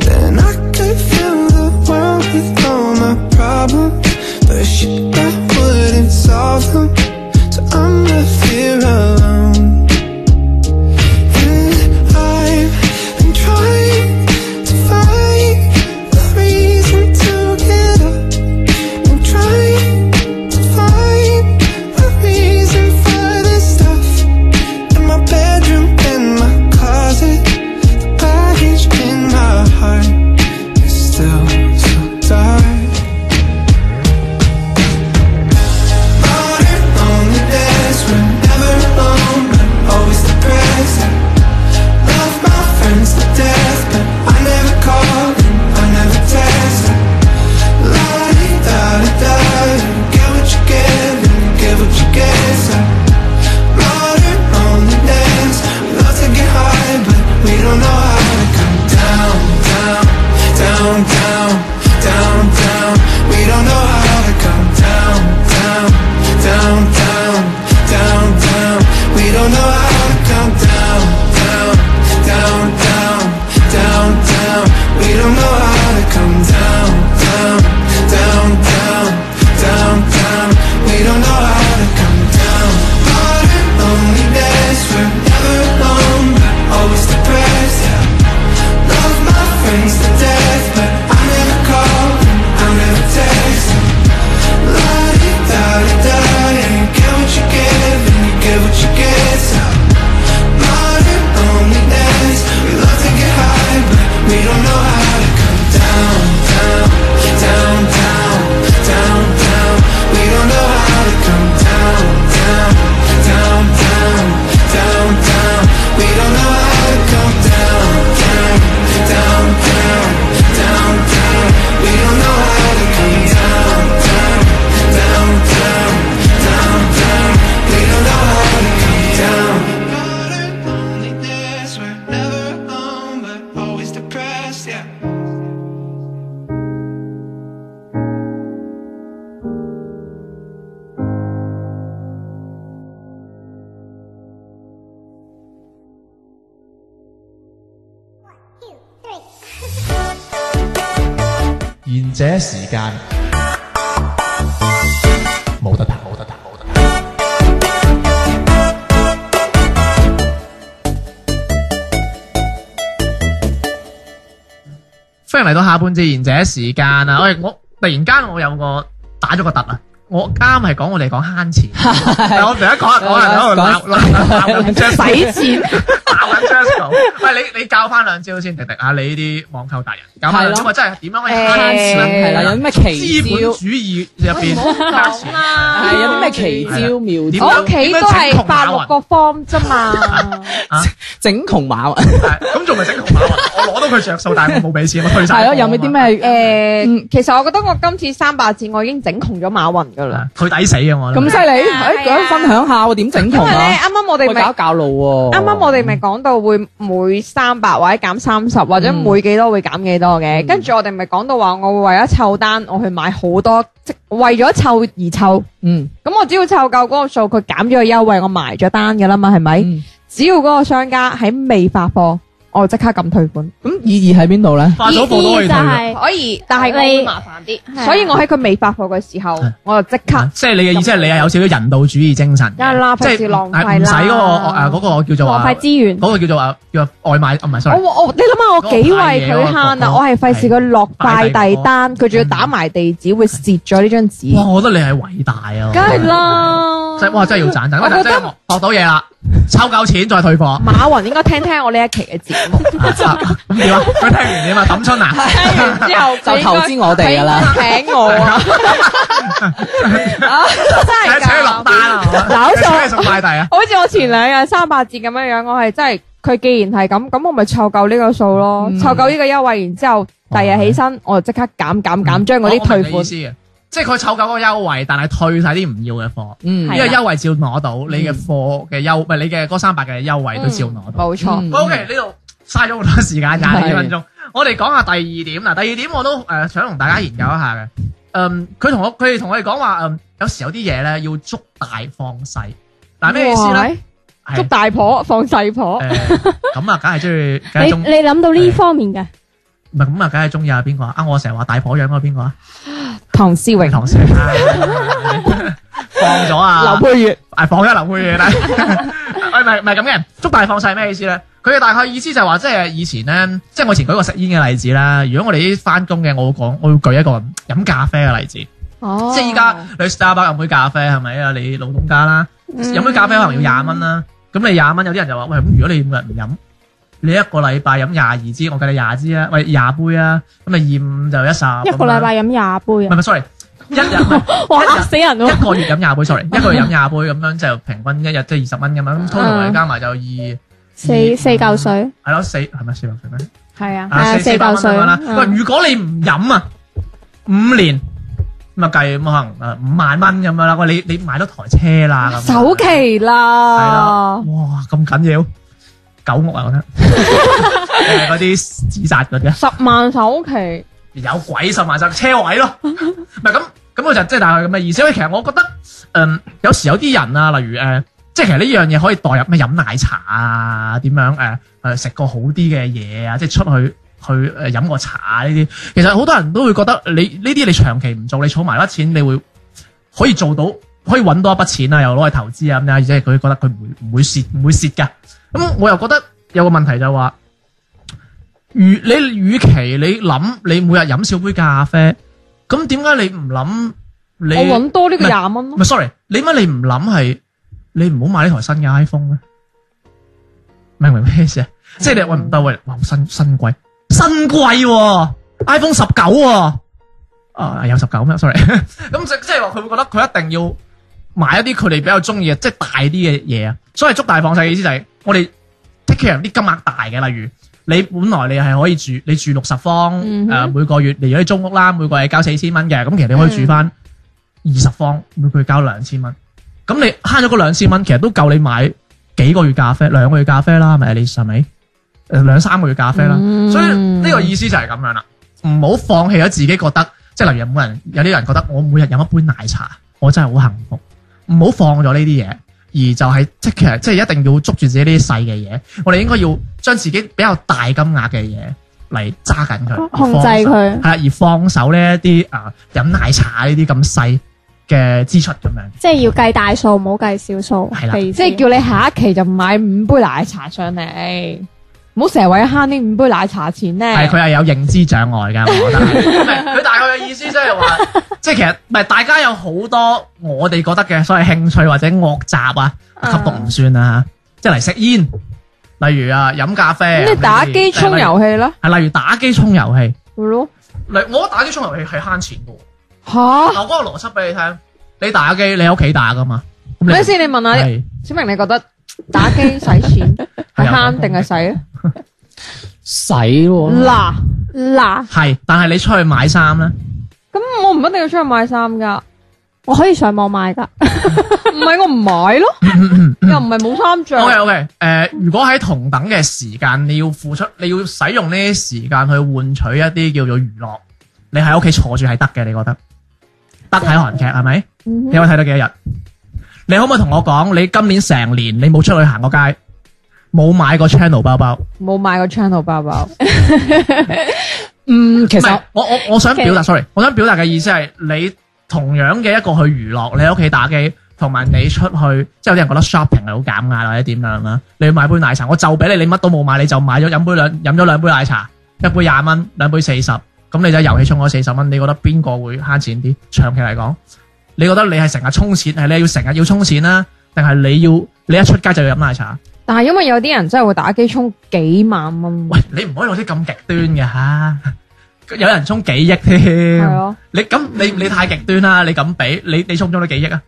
S6: Then I could fill the world with all my problems. But shit, that wouldn't solve them. So I'm left here alone. And I've been trying to find a reason to get up. I'm trying to find a reason for this stuff. In my bedroom, in my closet, the baggage in my heart is still so dark. Modern loneliness, we're never alone, but always depressed. Love my friends to death, but I never call and I never text. La di da da da, get what you give and you get what you get. So modern loneliness, we love to get high, but we don't know how to come down, down, down, down, down, down. We don't know how to come down, down, down, down, down, down. We don't know how to come down, down, down, down, down, down. We don't know how to come down, down, down, down, down, down. We don't know how to come down. Modern loneliness, we're never alone, but always depressed. Yeah. Love my friends to death, but I never call, I never text. La di da di da, you get what you give and you get what you get. So modern loneliness, we love to get high, but we don't know how to come down, down, down, down, down, down. We don't know how to come down, down, down, down, down, down. We don't know how to come down, down, down, down, down, down. We don't know how to come down, down, down, down, down, down. We don't know how to come down. Modern loneliness, we're never alone, but always depressed, yeah.
S1: 歡迎嚟到下半節賢者時間啊！喂，我突然間我有個打咗個突啊！我啱係講我哋講慳錢，但係我第一講講人喺度鬧
S5: 講
S1: 鬧緊 Jasper
S4: 使錢，
S1: 鬧緊 Jasper 喂，你你教翻兩招先，迪迪啊！你呢啲網購達人，教翻兩招，
S5: 係咯
S1: 喂真係點樣可以慳
S5: 慳錢
S1: 錢
S5: 係啦，
S1: 咧
S5: 有啲咩
S1: 資
S5: 奇
S1: 本
S5: 招？
S1: 主義入邊
S3: 唔好
S1: 慳
S3: 講
S1: 錢，
S3: 啊！
S5: 係有啲咩奇招妙
S1: 點
S5: 招？
S3: 我
S1: 樣
S3: 屋企都
S1: 啊
S3: 係八六個 form 啫 嘛，
S5: 整窮馬雲
S1: 係咁仲咪整紅馬雲？我攞到佢着數，但係我冇俾錢，我退晒貨啊
S5: 係
S1: 嘛。
S5: 咯，有冇啲咩
S3: 誒，其實我覺得我今次三百字我已經整窮咗馬雲噶啦，
S1: 啊？佢抵死啊！我覺得
S5: 咁犀利？
S4: 係啊
S5: 誒，咁分享下我點整
S3: 因
S5: 窮
S3: 為咧
S5: 啊？
S3: 啱啱我
S5: 喂，
S3: 哋咪
S5: 搞一搞路喎。
S3: 啱啱我哋咪講到會每三百或者減三十，或者每幾多會減幾多嘅。跟住我哋咪講到話，我會為咗湊單，我去買好多，即為咗湊而湊。
S5: 嗯
S3: 咁我只要湊夠嗰個數，佢減咗個優惠，我埋咗單㗎啦嘛，係咪？
S5: 嗯
S3: 只要嗰個商家喺未發貨，我就即刻撳退款。
S5: 嗯咁意義喺邊度咧？
S1: 發咗貨都可以退
S4: 意思就
S1: 嘅。啊
S4: 係
S3: 可以，但係我
S4: 你
S3: 會麻煩
S4: 係啊
S3: 啲，所以我喺佢未發貨嘅時候
S1: 係，啊
S3: 我就即刻。
S1: 即係你嘅意思係你係有少少人道主義精神嘅，
S3: 梗係啦
S1: 即係
S3: 費事浪費啦
S1: 唔使嗰個誒嗰個叫做
S4: 浪
S1: 話
S4: 費資源。
S1: 嗰個叫做話叫外賣，啊唔係 sorry，
S3: 我我你諗下，我幾為佢慳啊！我係費事佢落快遞單，佢仲要打埋地址，會蝕咗呢張
S1: 哇！
S3: 紙。
S1: 我覺得你係偉大啊，
S3: 梗係，啦，
S1: 真係哇真係要賺賺，
S3: 我覺得
S1: 真係學到嘢啦，抽夠錢再退貨，
S3: 馬雲應該聽聽我呢一期嘅節目，
S1: 咁點啊？佢聽完點啊？抌春啊？
S3: 聽完之後
S5: 就投資我哋㗎啦
S3: 佢應該請我啊！啊真係
S1: 請佢落
S3: 㗎，
S1: 單啊！
S3: 搞錯
S1: 請佢送快遞啊！
S3: 好似我前兩日三百字咁樣樣，我係真係佢既然係咁，咁我咪湊夠呢個數咯，
S5: 嗯
S3: 湊夠呢個優惠，然之後第日起身我就即刻減減減，將嗰
S1: 我
S3: 啲退
S1: 明你意
S3: 款。
S1: 思嘅，即係佢湊夠嗰個優惠，但係退晒啲唔要嘅貨。
S5: 嗯，
S3: 啊
S1: 因為優惠照攞到，你嘅貨嘅優，唔係你嘅嗰三百嘅優惠都照攞到。
S3: 冇錯。
S5: 嗯
S1: O K，呢度嘥咗好多時間，廿幾分鐘。我哋講下第二點啦。第二點我都誒、呃想同大家研究一下嘅。嗯，佢同我佢哋同我哋講話，嗯，有時有啲嘢咧要捉大放細。嗱咩意思咧？
S3: 哇？
S1: 係
S3: 捉大婆放細婆，
S1: 誒咁啊，梗係中 意，梗係
S4: 你
S1: 中
S4: 你諗到呢方面嘅，
S1: 唔係咁啊，梗係中意啊邊個啊？啊，我成日話大婆樣嗰個邊個啊？
S3: 唐詩
S1: 榮
S3: 詠、
S1: 堂先啊放咗啊！
S3: 劉佩玥。
S1: 係放咗流會嘅，但 係唔係唔係咁嘅，捉大放細咩意思咧？佢嘅大概意思就係話，即係以前咧，即係我以前舉個食煙嘅例子啦。如果我哋啲翻工嘅，我會講，我會舉一個飲咖啡嘅例子。
S3: 哦
S1: 即係依家你去 Starbucks 飲杯咖啡係咪啊？你老東家啦，
S4: 嗯
S1: 飲杯咖啡可能要廿蚊啦。咁你廿蚊，有啲人就話：喂，咁如果你每日唔飲，你一個禮拜飲廿二支，我計你廿支啊，喂廿杯啊，咁咪二五就一十。啊
S4: 一個禮拜飲廿
S1: 咁樣唔
S4: 杯
S1: 係
S4: 啊
S1: 唔，係，sorry，一日。
S4: 哇嚇死人咯！
S1: 一個月飲廿杯，sorry，一 個月飲廿杯咁樣就平均一日即係二十蚊咁樣咁，total 嚟加埋就二係
S4: 四四嚿水，
S1: 咯四係咪四百水咩？
S3: 嗯係啊，
S4: 係啊
S1: 啊
S4: 四
S1: 百
S4: 嚿
S1: 蚊咁樣啦。
S4: 水
S1: 喂，
S4: 嗯
S1: 如果你唔飲啊，五年咁啊計咁可能誒五萬蚊咁樣啦。喂，你你買到台車啦咁樣，
S3: 首期
S1: 係啦，
S3: 啦，
S1: 哇咁緊要，狗屋啊我覺得誒嗰啲紙紮嗰啲啊。
S3: 十萬首期，
S1: 有鬼十萬就車位咯，唔係咁咁我就即係大概咁嘅意思。因為其實我覺得，嗯，有時有啲人啊，例如誒、呃即係其實呢樣嘢可以代入咩飲奶茶啊，點樣誒誒食個好啲嘅嘢啊，即係出去去誒飲個茶啊呢啲。其實好多人都會覺得你呢啲你長期唔做，你儲埋筆錢，你會可以做到，可以揾多一筆錢啊，又攞去投資啊咁樣，而且佢覺得佢唔會唔會蝕唔會蝕㗎。咁我又覺得有個問題就係話。與你與其你諗你每日飲少杯咖啡，咁點解你唔諗你？
S3: 我揾多呢個
S1: 唔係
S3: 廿蚊
S1: 唔
S3: 咯。
S1: 係，sorry，你乜你唔諗係你唔好買呢台新嘅 iPhone 咧？明唔明咩意思啊？即係你喂唔得喂，哇新新貴，新貴喎，iPhone 十九喎，啊有十九咩？sorry，咁 即即係話佢會覺得佢一定要買一啲佢哋比較中意嘅，即係大啲嘅嘢啊。所以捉大放細嘅意思就係我哋 take care 啲金額大嘅，例如。你本來你係可以住你住六十方，誒、啊
S3: 嗯哼
S1: 每個月你如果你租屋啦，每個月交四千蚊嘅，咁其實你可以住翻
S3: 嗯
S1: 二十方，每個月交兩千蚊。咁你慳咗嗰兩千蚊，其實都夠你買幾個月咖啡、兩個月咖啡啦，咪你係咪？誒兩三個月咖啡啦，
S3: 嗯
S1: 所以呢個意思就係咁樣啦，唔好放棄咗自己覺得，即係例如有冇人有啲人覺得我每日飲一杯奶茶，我真係好幸福，唔好放咗呢啲嘢，而就係、即係其實即係一定要捉住自己呢啲細嘅嘢，我哋應該要將自己比較大金額嘅嘢嚟揸緊佢，
S4: 控制
S1: 係
S4: 佢
S1: 啦，而放手呢一啲啊飲奶茶呢啲咁細嘅支出咁樣。
S4: 即係要計大數，唔好計小數
S1: 係啦
S4: 嘅意思。
S3: 即係叫你下一期就買五杯奶茶上嚟，唔好成日為咗慳呢五杯奶茶錢咧。
S1: 係佢係有認知障礙㗎，我覺得。唔係佢大概嘅意思即係話，即係其實唔係大家有好多我哋覺得嘅所謂興趣或者惡習啊，
S4: 啊
S1: 吸毒唔算啊，即係嚟食煙，例如啊飲咖啡啊，
S3: 咁你打機充遊戲啦，
S1: 係例如打機充遊戲，
S3: 會咯
S1: 例我覺得打機充遊戲係慳錢嘅喎。
S3: 吓？
S1: 嗱，我嗰個邏輯俾你聽，你打機你喺屋企打噶嘛？咁你
S3: 咩先？你問下
S1: 係
S3: 小明，你覺得打機使 錢係慳定係使啊？
S5: 使喎。
S3: 嗱，
S4: 嗱，
S1: 係，但係你出去買衫咧，
S3: 咁我唔一定要出去買衫噶，
S4: 我可以上網買噶，
S3: 唔係我唔買咯，又唔係冇衫
S1: O K
S3: 着。
S1: O K，誒，如果喺同等嘅時間，你要付出，你要使用呢啲時間去換取一啲叫做娛樂，你喺屋企坐住係得嘅，你覺得？得睇韓劇係咪？你可以睇到幾多日？你可唔可以同我講，你今年成年你冇出去行過街，冇買過 Channel 包包？
S3: 冇買過 channel 包包，
S5: 嗯，其
S1: 唔係
S5: 實，
S1: 我我我想表達，sorry，我想表達嘅意思係你同樣嘅一個去娛樂，你喺屋企打機，同埋你出去，即係有啲人覺得 shopping 係好減壓或者點樣啦。你去買杯奶茶，我就俾你，你乜都冇買，你就買咗飲杯兩飲咗兩杯奶茶，一杯廿蚊，兩杯四十，咁你就遊戲充咗四十蚊。你覺得邊個會慳錢啲？長期嚟講，你覺得你係成日充錢，係你要成日要充錢啦，定係你要 你一出街就要飲奶茶？
S3: 但係因為有啲人真係會打機充幾萬蚊，
S1: 喂，你唔可以攞啲咁極端嘅嚇，有人充幾億
S3: 係
S1: 添。
S3: 咯，
S1: 你咁你你太極端啦！你咁俾你你充咗你幾億啊？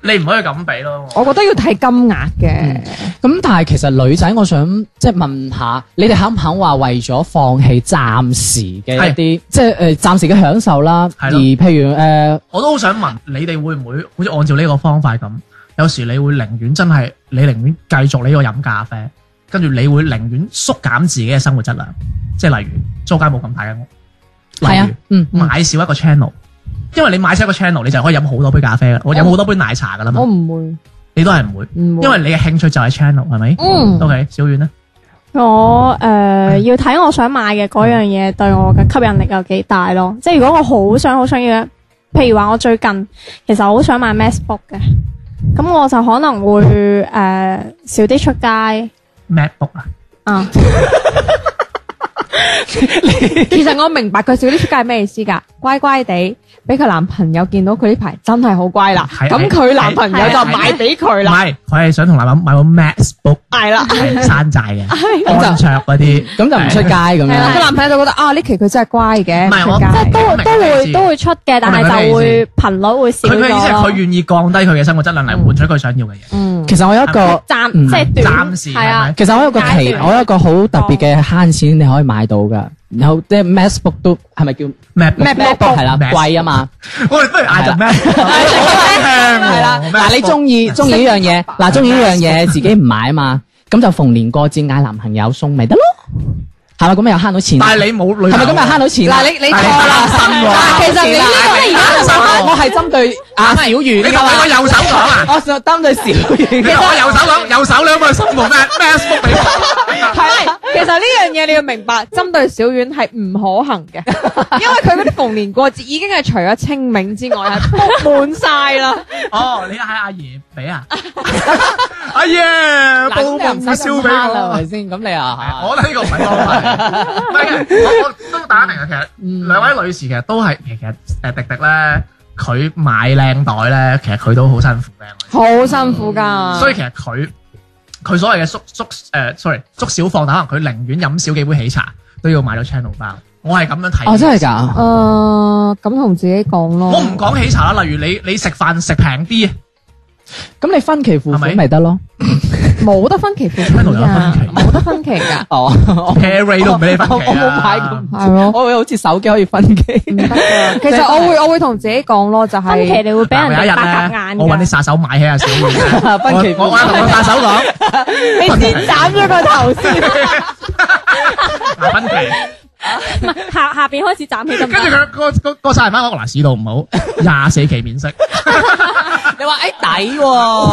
S1: 你唔可以咁俾咯。
S3: 我覺得要睇金額嘅。
S5: 咁但係其實女仔，我想即係問下，你哋肯唔肯話為咗放棄暫時嘅一啲，即係誒暫時嘅享受啦，
S1: 係
S5: 而
S1: 咯
S5: 譬如誒、呃
S1: 我都好想問你哋會唔會好似按照呢個方法咁？有時你會寧願真係你寧願繼續你呢個飲咖啡，跟住你會寧願縮減自己嘅生活質量，即係例如租間冇咁大嘅屋，
S5: 係啊
S1: 例，
S5: 嗯，
S1: 如買少一個 channel，因為你買少一個 channel，你就可以飲好多杯咖啡啦，我飲好多杯奶茶噶啦
S3: 我
S1: 嘛，
S3: 唔會，
S1: 你都係唔會，
S3: 唔會，
S1: 因為你嘅興趣就係 channel 係咪
S3: 嗯
S1: ？OK，小遠呢？
S4: 我誒、呃要睇我想買嘅嗰樣嘢對我嘅吸引力有幾大咯。即係如果我好想好想要，譬如話我最近其實好想買 MacBook 嘅，咁我就可能會誒、呃少啲出街。
S1: MacBook 啊，
S4: 啊，
S3: 其實我明白佢少啲出街係咩意思㗎，乖乖地俾佢男朋友見到佢呢排真係好乖啦，
S1: 係
S3: 咁佢男朋友就買俾佢
S1: 唔
S3: 啦，
S1: 係，佢係想同男人買個 MacBook。
S3: 係啦，
S1: 係山寨嘅，
S5: 就
S1: 安卓嗰啲，
S5: 咁就唔出街咁
S3: 係啦，
S5: 樣。
S3: 佢男朋友就覺得啊呢期佢真係乖嘅，
S1: 唔係我
S3: 出
S4: 即係
S3: 街
S4: 都
S1: 我
S4: 會
S1: 明
S4: 都
S1: 你意
S4: 會
S1: 思
S4: 都會出嘅，但
S1: 我明
S4: 係
S1: 你
S4: 就
S1: 意
S4: 會頻率會少
S1: 佢
S4: 咗
S1: 嘅意思係佢
S4: 咯。
S1: 願意降低佢嘅生活質量嚟換取佢想要嘅嘢，
S3: 嗯，
S5: 其實我有一個，
S4: 暫
S5: 嗯
S4: 即係短，
S1: 暫時
S4: 係啊
S1: 係咪，
S5: 其實我有一個期，我有一個好特別嘅慳錢你可以買到㗎。然後即係 MacBook 都係咪叫
S1: MacBook，
S5: MacBook 係啦，
S1: MacBook
S5: 貴啊嘛。
S1: 我哋不如嗌做 MacBook，
S5: 係啦，嗱你中意中意呢樣嘢，嗱中意呢樣嘢自己唔買啊嘛，咁就逢年過節嗌男朋友送咪得咯，係咪咁又慳到錢？
S1: 但係你冇女
S5: 係
S1: 朋
S5: 咪
S1: 友，
S5: 咁又慳到錢啊？
S3: 嗱你你
S1: 但係
S3: 錯
S1: 你
S3: 啦，
S1: 單
S3: 嗱
S1: 身喎，
S3: 其實你呢
S5: 我係針對阿小
S1: 你
S5: 魚
S1: 同
S5: 㗎
S1: 你個
S5: 嘛，
S1: 右手講啊，
S5: 我想針對小魚
S1: 你同
S5: 㗎
S1: 我
S5: 嘛。
S1: 右手講，右手兩個心冇咩 MacBook 俾
S3: 個
S1: 我，
S3: 係其實呢樣嘢你要明白，針對小丸係唔可行嘅， 因為佢嗰啲逢年過節已經係除咗清明之外係 book 滿晒啦，
S1: 哦，你嗌阿爺俾啊，阿爺
S5: 嗱咁
S1: 報
S5: 你
S1: 夢
S5: 又唔使
S1: 燒
S5: 咁
S1: 俾
S5: 慳啦，係
S1: 我
S5: 咪。先？咁你啊，
S1: 我覺得呢個唔係方法嚟，唔係嘅，我我都打明啊。其實兩位女士其實都係其實誒迪迪咧，佢買靚袋咧，其實佢都好辛苦嘅。
S3: 好辛苦㗎，
S1: 所以其實佢佢所謂嘅縮縮誒，sorry 縮小放，但可能佢寧願飲少幾杯喜茶，都要買到 channel 包。我係咁樣睇。
S5: 哦真係㗎，
S3: 誒呃咁同自己講咯，
S1: 我唔講喜茶啦，例如你你食飯食平啲
S5: 咁你分期付
S1: 係咪
S5: 款咪得咯？
S3: 冇得分期付
S1: ，channel
S3: 款
S1: 有
S3: 㗎
S1: 分，期
S3: 冇得分期㗎。
S5: 哦，
S1: ，pair rate 都唔俾你分期
S5: 我我冇買
S1: 啊
S5: 過。
S3: 係咯，
S5: 我會好似手機可以分期。
S4: 啊
S3: 其實我會我會同自己講咯，就
S4: 分期
S3: 係
S4: 你會俾
S1: 嗱
S4: 人
S1: 我有一
S4: 哋白鴿
S1: 日
S4: 眼
S1: 咧，我揾啲
S4: 㗎。
S1: 殺手買起阿小妹
S5: 分期付
S1: 我我有同個殺手講。
S3: 你先斬咗個頭先，
S1: 嗱分期，
S4: 唔係 下下邊開始斬起得唔
S1: 跟
S4: 得
S1: 住？佢個個個殺人翻我嗱市道唔好， 廿四期免息，
S5: 你話誒抵喎，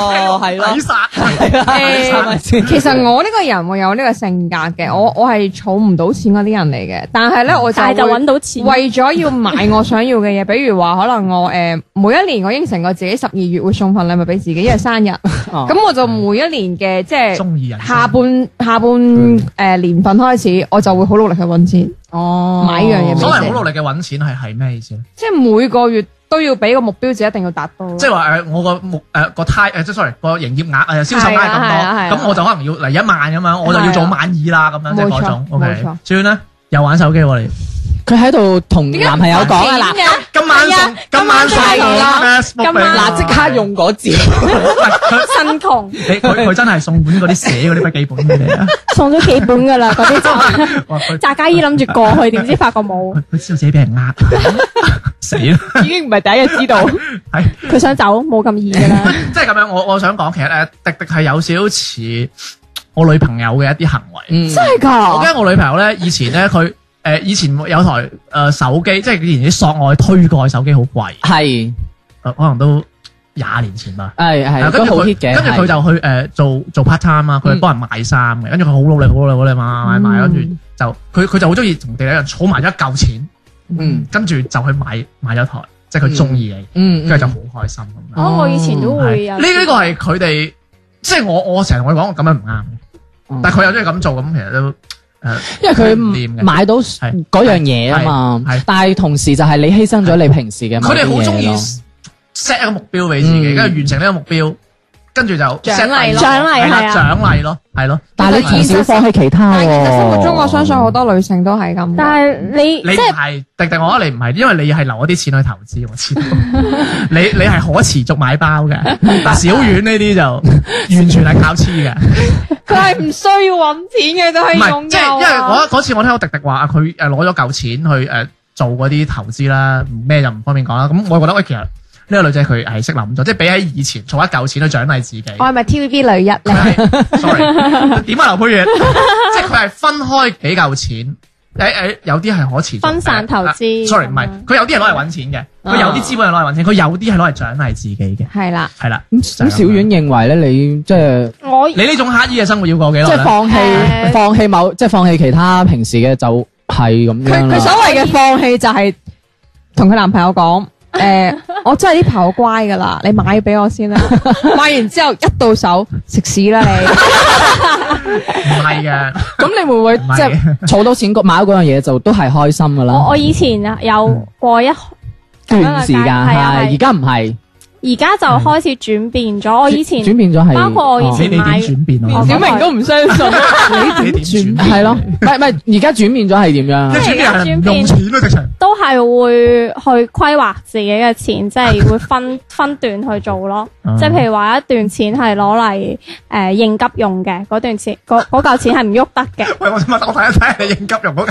S5: 係咯
S1: 抵， 殺，
S5: 係咪先？
S3: 其實我呢個人會有呢個性格嘅，我我係儲唔到錢嗰啲人嚟嘅，但係咧我就
S4: 嗯但係就
S3: 會
S4: 揾到錢。
S3: 為咗要買我想要嘅嘢，比如話可能我誒、呃每一年我應承我自己十二月會送份禮物俾自己，因為生日，
S5: 咁
S3: 咁我就每一年嘅即係
S1: 中意人生
S3: 下半下半誒、呃年份開始，我就會好努力去揾錢，
S5: 哦
S3: 買呢樣嘢俾
S1: 所謂好
S3: 你
S1: 努力嘅揾錢係係咩意思咧？
S3: 即係每個月都要俾個目標自己一定要達到。
S1: 即係話誒，我個目誒個 t 誒，即係 sorry 個營業額誒銷售
S3: 係啊
S1: 額
S3: 係啊係啊
S1: 咁多，咁我就可能要嚟一萬咁樣，我就要做萬二啦咁樣，即係嗰種。
S3: 冇錯
S1: OK，
S3: 冇錯
S1: 算啦，又玩手機喎你。
S5: 佢喺度同男朋友講啊嗱。
S3: 嗱，
S1: 今晚送今晚送
S3: 今晚
S1: 到 Facebook 俾我
S5: 嗱，即刻 用嗰 字，
S1: 喂佢
S4: 真窮，
S1: 你佢佢真係送本嗰啲寫嗰啲筆記本 俾你啊！
S4: 送咗幾本噶啦，嗰啲就
S1: 哇佢
S4: 翟家姨諗住過去，點知發 覺冇，
S1: 佢佢知道自己 俾人呃，死啦！
S3: 已經唔係第一日知道。
S1: 係。
S4: 佢想走冇咁易噶啦。
S1: 即係咁樣，我我想講，其實誒，迪迪係有少少似我女朋友嘅一啲行為。
S5: 嗯，
S3: 係
S1: 我
S3: 㗎，
S1: 驚我女朋友咧，以前咧佢 誒以前有台誒、呃手機，即係以前啲索愛推蓋手機好貴，
S5: 係，
S1: 呃可能都廿年前吧。
S5: 係
S1: 係
S5: 係
S1: 跟
S5: 都
S1: 住
S5: 好
S1: 佢
S5: hit 嘅，
S1: 跟住佢就去誒做做 part time 啊，佢係
S5: 嗯
S1: 幫人賣衫嘅，跟住佢好努力，好努力，好努力買買買，跟住就佢佢就好中意同地一人儲埋咗一嚿錢，
S5: 嗯
S1: 跟住就去買買咗台，即係佢中意嘅，
S5: 嗯，
S1: 跟住就好開心咁樣。
S4: 哦，我以前都會有
S1: 呢呢個嗯係佢哋，即係我我成日同佢講，我咁樣唔啱嘅
S5: 嗯，
S1: 但係佢又中意咁做，咁其實都誒呃
S5: 因為
S1: 念
S5: 佢
S1: 嘅
S5: 買到
S1: 係
S5: 嗰樣嘢啊嘛
S1: 係係，
S5: 但係同時就係你犧牲咗你平時嘅某
S1: 佢
S5: 啲嘢
S1: 哋
S5: 咯，
S1: 好中意 set 一個目標俾自己，
S5: 嗯
S1: 跟住完成呢個目標，跟住就
S3: 獎勵
S1: set 第
S3: 咯
S1: 二
S4: 獎勵
S1: 係啦
S4: 係啊
S1: 獎勵咯，係咯。
S5: 但係你同時要放棄其他
S3: 但係現實生
S5: 喎。
S3: 活中，我相信好多女性都係咁。
S4: 但係你
S1: 你唔
S4: 即係
S1: 係迪迪，我覺得你唔係，因為你係留咗啲錢去投資，我知道。 你你係可持續買包嘅，但小丸呢啲就完全係靠黐嘅。
S3: 佢係唔需要揾錢嘅，都係
S1: 唔
S3: 擁
S1: 係，即係
S3: 有
S1: 因為我嗰次我聽到迪迪話啊，佢誒攞咗嚿錢去誒做嗰啲投資啦，咩就唔方便講啦。咁我覺得喂，其實呢個女仔佢係識諗咗，即係比起以前儲一嚿錢去獎勵自己。
S3: 我係咪 TVB 女一
S1: 佢
S3: 咧？
S1: 係 sorry，點啊劉佩玥，即係佢係分開幾嚿錢。誒誒，有啲係可持續嘅
S4: 分散投資
S1: 啊 sorry，唔
S4: 咁
S1: 係，
S4: 樣
S1: 佢有啲係攞嚟揾錢嘅，佢有啲資本係攞嚟揾錢，佢有啲係攞嚟獎勵自己嘅，
S3: 係啦，
S1: 係啦。
S5: 咁咁小婉認為咧，你即係
S4: 我
S1: 你呢種乞衣嘅生活要過幾
S5: 即
S1: 耐
S5: 係
S1: 咧？
S5: 放
S4: 誒
S5: 棄放棄某，即係放棄其他平時嘅就係咁
S3: 佢
S5: 樣
S3: 佢所
S5: 啦。
S3: 謂嘅放棄就係同佢男朋友 講。誒、我真係呢排好乖噶啦，你買俾我 先啦，買完之後一到手食屎 啦你，
S1: 唔係嘅，
S5: 咁你會唔會
S1: 唔係
S5: 即係儲到錢買嗰樣嘢就都係開心噶
S4: 我
S5: 啦？
S4: 我以前啊
S1: 嗯
S4: 有過一，而
S5: 段時間
S4: 係啊
S5: 係，
S4: 係
S5: 而家唔係。
S4: 家
S1: 嗯
S4: 就開始轉變咗。我以前
S5: 轉變咗係，哦
S4: 包括我以
S1: 你你
S4: 前
S1: 點
S4: 買
S1: 轉變啊？
S3: 小明都唔相 信。
S1: 你點轉變？
S5: 係咯，唔係唔係，而家轉變咗係點樣
S1: 即
S5: 啊？
S1: 係轉變係唔用錢咯，直情。
S4: 都係會去規劃自己嘅錢，即係會分分段去做咯。
S1: 嗯
S4: 即係譬如話一段錢係攞嚟誒應急用嘅，嗰段錢嗰嗰嚿錢係唔喐 得嘅，
S1: 喂，我想問，我睇一睇你應急用嗰個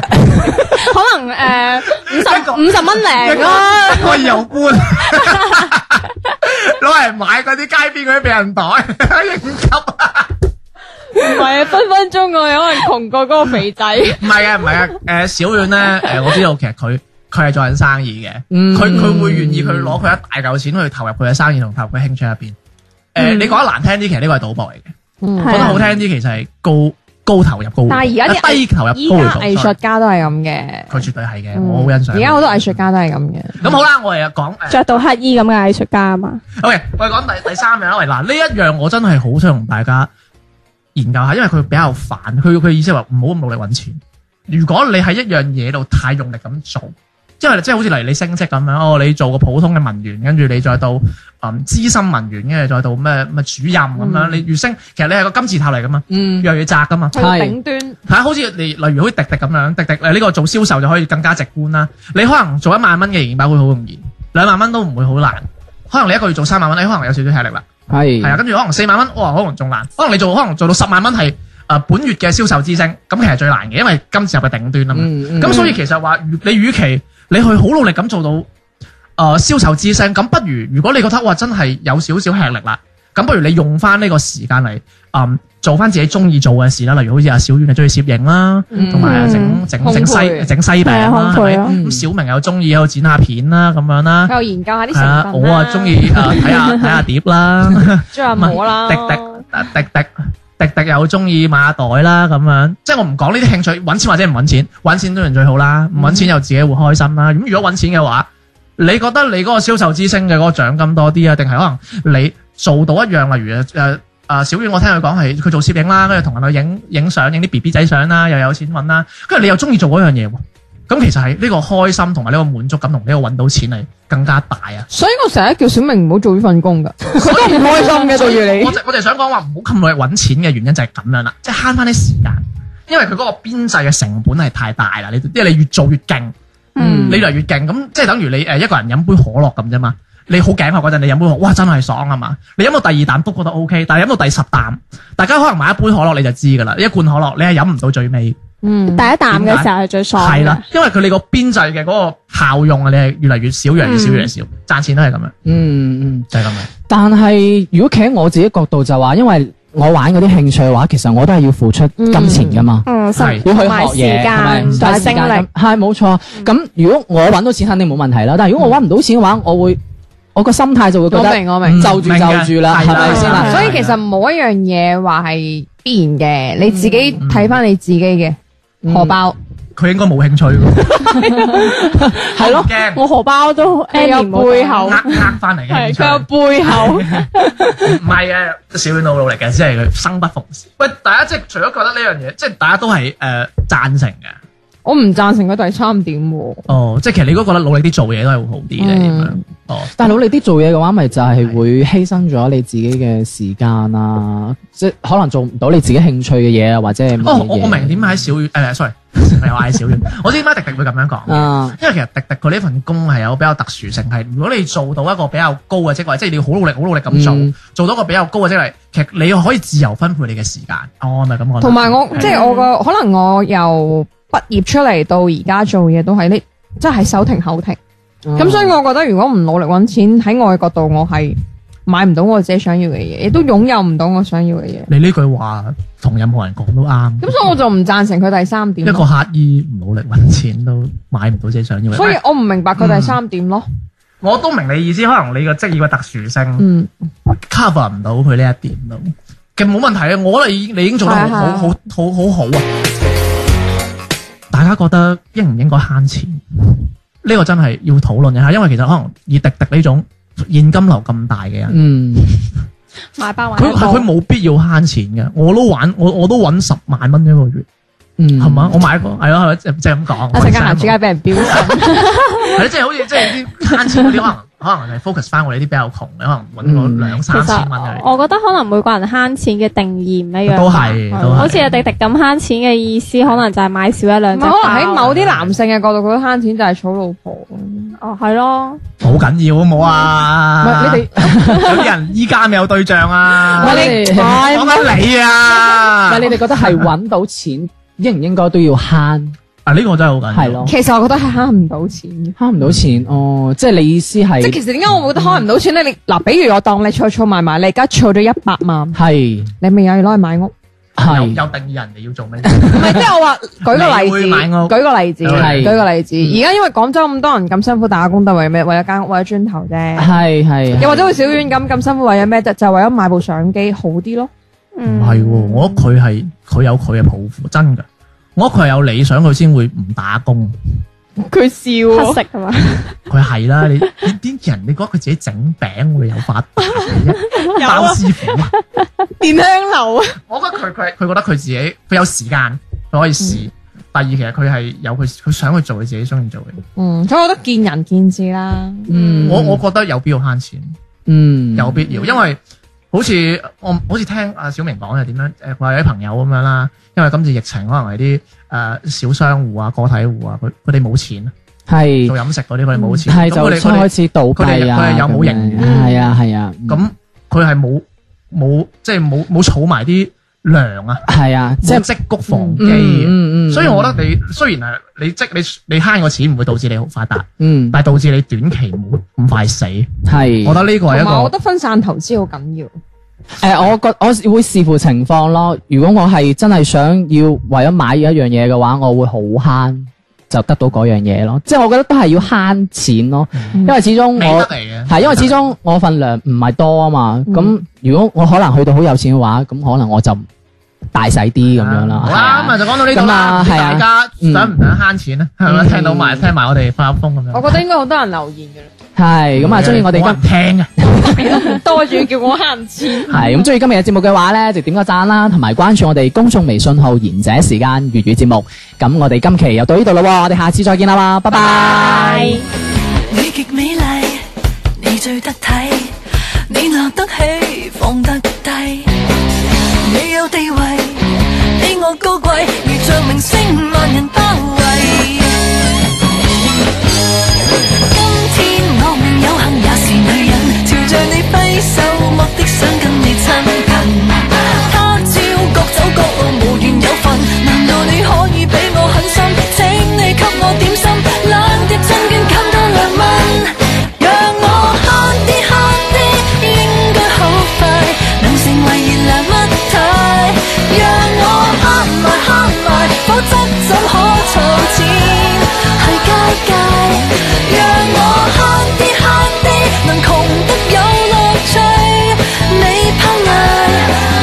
S4: 可能誒
S1: 一個
S4: 五十五十蚊零咯。
S1: 一個油罐，攞嚟買嗰啲街邊嗰啲避孕袋，應急啊！
S3: 唔係啊，分分鐘我哋可能窮過嗰個肥仔。
S1: 唔係啊，唔係啊，誒小遠咧，誒我知道其實佢佢係做緊生意嘅，
S5: 嗯
S1: 佢佢會願意佢攞佢一大嚿錢去投入佢嘅生意同投入佢嘅興趣入邊。誒，你講得難聽啲，其實呢個係賭博嚟嘅；
S3: 嗯
S1: 講得好聽啲，其實係高高投入高回報，
S3: 但係而家啲藝
S1: 低投入
S3: 依
S1: 高
S3: 家
S1: 回
S3: 藝
S1: 報。
S3: 術
S1: sorry，
S3: 家都係咁嘅，
S1: 佢絕對係
S3: Ừ.
S1: 嘅，我好欣賞。
S3: 而家好多藝術。家都係咁嘅。
S1: 咁好啦，我哋又講誒
S4: 着到乞衣咁嘅藝術家啊嘛，
S1: OK，我哋講第第三樣啦。喂，嗱呢一樣我真係好想同大家研究下，因為佢比較煩。佢佢意思係話唔好咁努力揾錢。如果你喺一樣嘢度太用力咁做，因為即係好似例如你升職咁樣，哦，你做個普通嘅文員，跟住你再到嗯資深文員，跟住再到咩咩主任咁樣，你越升，其實你係個金字塔嚟噶嘛，
S5: 嗯
S1: 越嚟越窄噶嘛。
S3: 去到頂端，
S1: 係啊好似你例如好似迪迪咁樣，迪迪呃誒呢個做銷售就可以更加直觀啦。你可能做一萬蚊嘅營業額會好容易，兩萬蚊都唔會好難。可能你一個月做三萬蚊，你可能有少少吃力啦。係啊，
S5: 係
S1: 跟住可能四萬蚊，哇，可能仲難。可能你做可能做到十萬蚊係誒本月嘅銷售之星，咁其實最難嘅，因為今次入嘅頂端啊嘛。
S5: 嗯嗯
S1: 咁、所以其實話，如你與其你去好努力咁做到誒、呃、銷售之星，咁不如如果你覺得哇真係有少少吃力啦，咁不如你用翻呢個時間嚟嗯做翻自己中意做嘅事啦，例如好似阿小婉係中意攝影啦，
S3: 嗯
S1: 同埋啊整整整西
S3: 烘焙
S1: 整西餅
S4: 係啊
S1: 啦，係
S4: 烘焙
S1: 咪
S4: 啊
S1: 咁小明又中意喺度剪下片啦，咁樣 啦。
S3: 佢又研究下啲
S1: 係啊，
S3: 成分
S1: 我啊中意誒睇下睇下碟啦，
S3: 最後摸啦，
S1: 滴滴啊滴滴滴滴又中意買下袋啦，咁樣即係我唔講呢啲興趣，揾錢或者唔揾錢，揾錢當然最好啦，唔揾錢又自己會開心啦。咁如果揾錢嘅話，你覺得你嗰個銷售之星嘅嗰個獎金多啲啊，定係可能你做到一樣，例如誒誒、呃小遠，我聽佢講係佢做攝影啦，跟住同人去影影相，影啲 B B 仔相啦，又有錢揾啦，跟住你又中意做嗰樣嘢喎，咁其實係呢個開心同埋呢個滿足感同呢個揾到錢係更加大啊！
S3: 所以我成日叫小明唔好做呢份工噶，佢都唔開心嘅對住
S1: 我
S3: 你。
S1: 就我哋想講話唔好咁努力揾錢嘅原因就係咁樣啦，即係慳翻啲時間，因為佢嗰個邊際嘅成本係太大啦，你因為你越做越勁，
S4: 嗯
S1: 你越嚟越勁，咁即係等於你誒一個人飲杯可樂咁啫嘛。你好頸渴啊嗰陣，你飲杯可樂，哇真係爽啊嘛！你飲到第二啖都覺得 O K，但係飲到第十啖，大家可能買一杯可樂你就知㗎啦，一罐可樂你係飲唔到最尾，
S3: 嗯，
S4: 第一啖嘅時候係最爽
S5: 啊
S4: 嘅
S1: 係啦，因為佢你個邊際嘅嗰個效用啊，你係越嚟越少，越嚟越少，
S4: 嗯
S1: 越嚟越少，賺錢都係咁樣，
S5: 嗯嗯。
S1: 就係咁樣。
S5: 但係如果企喺我自己角度就話，因為我玩嗰啲興趣嘅話，其實我都係要付出金錢噶嘛。
S4: 嗯，
S1: 係
S4: 實
S5: 要去
S4: 同埋時
S5: 學嘢，係咪
S4: 間同埋精力，
S5: 係冇錯。咁如果我揾到錢，肯定冇問題啦。但係如果我揾唔到錢嘅話，我會我個心態就會覺
S3: 我
S5: 得
S3: 明我
S1: 嗯
S3: 明
S5: 就住
S1: 明嘅
S5: 就住啦，
S1: 係
S5: 係
S1: 啦
S5: 咪先啊
S1: 係
S5: 啦
S1: 啦？
S3: 所以其實冇一樣嘢話係必然嘅，你自己睇翻你自己嘅荷包。
S1: 佢應該冇興趣㗎，
S5: 係咯，
S1: 驚
S4: 我荷 包都
S3: 佢有
S4: Annie 冇
S3: 背後
S1: 呃呃翻嚟嘅興趣。
S3: 背後，
S1: 唔係嘅，小遠好努力嘅，只係佢生不逢時。喂，大家即係除咗覺得呢樣嘢，即係大家都係誒、呃、贊成嘅。
S3: 我唔贊成佢第三點喎。
S1: 哦，即係其實你都覺得努力啲做嘢都係會好啲嘅咁樣
S3: 嗯。
S1: 哦，
S5: 但係努力啲做嘢嘅話，咪就係會犧牲咗你自己嘅時間啊，即係可能做唔到你自己興趣嘅嘢啊，或者係乜嘢
S1: 哦，我我明點解小遠誒、s o r r y 又嗌小遠，我知點解迪迪會咁樣講。
S5: 啊，
S1: 因為其實迪迪佢呢份工係有比較特殊性，係如果你做到一個比較高嘅職位，即係你要好努力、好努力咁做，
S5: 嗯
S1: 做到一個比較高嘅職位，其實你可以自由分配你嘅時間。哦，咪咁講。
S3: 同埋我
S1: 係
S3: 即係我個可能我由畢業出嚟到而家做嘢都係呢，即係手停口停。咁所以我覺得如果唔努力揾錢，喺我嘅角度我係買唔到我自己想要嘅嘢，亦都擁有唔到我想要嘅嘢。
S1: 你呢句話同任何人講都啱。
S3: 咁所以我就唔贊成佢第三點
S1: 一個
S3: 咯。
S1: 乞衣唔努力揾錢都買唔到自己想要嘅。
S3: 所以
S1: 喂
S3: 我唔明白佢第三點咯。
S1: 我都明你意思，可能你個職業嘅特殊性
S3: 嗯，
S1: cover 唔到佢呢一點咯。其實冇問題啊，我覺得已經你已經做得好
S3: 係啊係啊
S1: 好好好好好啊！大家覺得應唔應該慳錢？呢個真係要討論一下，因為其實可能以迪迪呢種現金流咁大嘅人，
S5: 嗯
S4: 買包買
S1: 佢佢
S4: 包
S1: 冇必要慳錢嘅。我都玩，我我都揾十萬蚊一個月，
S5: 嗯
S1: 係嘛？我買一個係咯，係咯即係即係咁講。
S3: 嗯一陣間
S1: 我
S3: 男
S1: 揾
S3: 主
S1: 三萬
S3: 家 俾人標神，
S1: 係咯，即係好似即係啲慳錢嗰啲，可能 可能係 focus 翻我哋啲比較窮嘅，可能揾
S5: 嗯
S1: 個兩
S4: 其
S1: 三千蚊
S4: 實
S1: 嚟。
S4: 我覺得可能每個人慳錢嘅定義唔一樣，
S1: 都係都係
S4: 好似阿迪迪咁慳錢嘅意思，可能就係買少一兩
S3: 唔係
S4: 隻
S3: 可能喺
S4: 包
S3: 某啲男性嘅角度，佢慳錢就係娶老婆。
S4: 哦係咯，
S1: 好緊要好冇
S3: 唔
S1: 啊！
S3: 係你哋，
S1: 有啲人依家咪有對象
S5: 唔
S1: 啊
S5: 係，你
S3: 唔係
S1: 講緊你啊！
S5: 但係你哋覺得係揾到錢應唔應該都要慳
S1: 啊呢個真係好緊
S5: 係
S1: 要。
S5: 咯？
S3: 其實我覺得係慳唔到錢嘅。
S5: 慳唔到
S1: 嗯
S5: 錢哦，即係你意思
S3: 即係
S5: 係
S3: 其實點解我會覺得慳唔到錢咧？你嗱，比如我當你儲儲埋埋，你而家儲咗一百萬，
S5: 係
S3: 你咪又要攞去買屋？唔
S1: 有
S5: 係嗯
S1: 有定義人哋要做咩？
S3: 係，即係 我話舉個例
S1: 你會
S3: 子，
S1: 買屋
S3: 舉個例子，
S5: 係
S3: 舉個例子。
S5: 嗯
S3: 而家因為廣州咁多人咁辛苦打工，都係為咩？為咗間屋，為咗磚頭 啫。
S5: 係係，
S3: 又或者好似小遠咁咁辛苦，為咗咩啫？就係為咗買部相機好啲咯。
S1: 唔
S4: 嗯
S1: 係喎，我覺得佢係佢有佢嘅抱負，真㗎。我覺得佢係有理想，佢先會唔打工。
S3: 佢笑
S4: 乞食係嘛，
S1: 佢係啦，你你啲人，你覺得佢自己整餅會有發達 嘅啫？包師傅啊！
S3: 電香流啊！
S1: 我覺 得佢佢佢覺得佢自己佢有時間，佢可以試。
S5: 嗯
S1: 第二，其實佢係有佢佢想去做佢自己中意做嘅。
S3: 嗯，所以我覺得見仁見智啦。
S5: 嗯
S1: 我我覺得有必要慳錢，
S5: 嗯
S1: 有必要，因為好似我好似聽阿小明講嘅點樣誒，佢話有啲朋友咁樣啦，因為今次疫情可能係啲誒小商戶啊、個體戶啊，佢佢哋冇錢，
S5: 係
S1: 做飲食嗰啲佢哋冇
S5: 嗯
S1: 錢，
S5: 係
S1: 咁佢
S5: 就
S1: 哋
S5: 先
S1: 佢哋
S5: 開始倒
S1: 佢
S5: 閉
S1: 哋佢
S5: 啊，
S1: 哋有
S5: 咁
S1: 冇
S5: 樣
S1: 盈餘
S5: 係啊係啊，
S1: 咁佢係冇冇即係冇冇儲埋啲糧啊，
S5: 係啊，即
S1: 即係
S5: 係
S1: 積谷防饑啊
S5: 嗯
S1: 嘅。
S5: 嗯嗯，
S1: 所以我覺得你雖然係你積你你慳個錢唔會導致你好發達，
S5: 嗯
S1: 但係導致你短期唔會咁快死。
S5: 係，
S1: 我覺得呢個係
S3: 同
S1: 一
S3: 埋我覺
S1: 個
S3: 得分散投資好緊要。
S5: 誒我覺我會視乎情況咯。如果我係真係想要為咗買一樣嘢嘅話，我會好慳就得到嗰樣嘢咯。即係我覺得都係要慳錢咯，因為始終
S1: 美
S5: 我
S1: 德嚟嘅。
S5: 係因為始終我份量唔係多啊嘛。咁、如果我可能去到好有錢嘅話，咁可能我就大使啲咁樣啦。
S1: 好
S5: 係
S1: 啦，
S5: 啊
S1: 咁啊就講到呢度啦。唔知
S5: 咁啊係啊
S1: 大家想唔想慳錢咧？係咪
S5: 嗯
S1: 聽到埋聽埋我哋發下風咁樣？
S3: 我覺得應該好多人留言嘅啦。
S5: 係咁啊，中意我哋今。
S1: 今聽啊，
S3: 多住叫我慳錢。
S5: 系咁，中意今日嘅節目嘅話呢，就點個讚啦，同埋關注我哋公眾微信號賢者時間粵語節目。咁我哋今期又到呢度啦喎，我哋下次再見啦喎，拜拜。
S7: 你極美麗，你最得體，你拿得起，放得低。你有地位，你我高貴，如像明星萬人包圍。今天我命有幸也是女人，朝着你揮手，目的想跟你親近。他朝各走各路，無緣有份，難道你可以比我狠心？請你給我點心，兩碟真券減多兩蚊，讓我慳啲慳啲，應該好快能成為賢良物體。讓我慳埋慳埋，否則怎可儲錢去交界？讓我慳啲慳啲，能窮得有樂趣，你拋眼。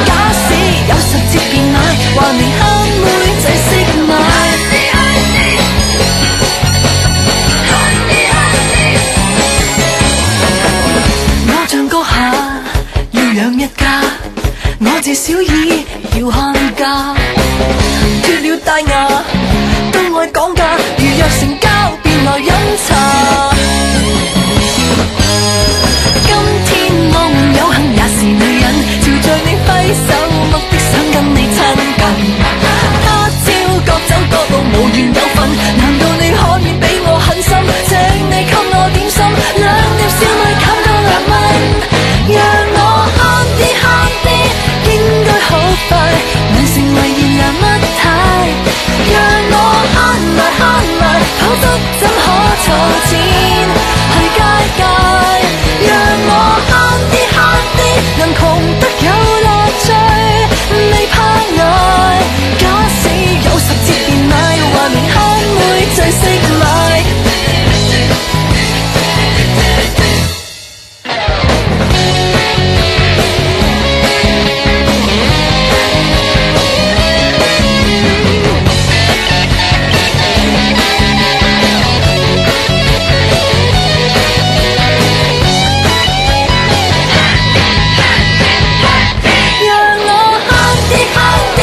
S7: 假使有十折便買，話明慳妹仔識買。我像閣下要養一家，我自小已要慳家，脱了大牙都愛講價，如若成交便來飲茶。今天我們有幸也是女人，朝着你揮手，目的想跟你親近。他朝各走各路，無緣有份，難道你可以比我狠心？請你給我點心，兩碟小米冚多兩蚊，讓我慳啲慳啲，應該好快能成為賢良物體。讓我慳埋慳埋，否則怎可儲錢去街界？讓我慳啲慳啲，能窮得有樂趣，未怕捱。假使有十折便買，話明慳妹最識買。讓我慳啲慳啲，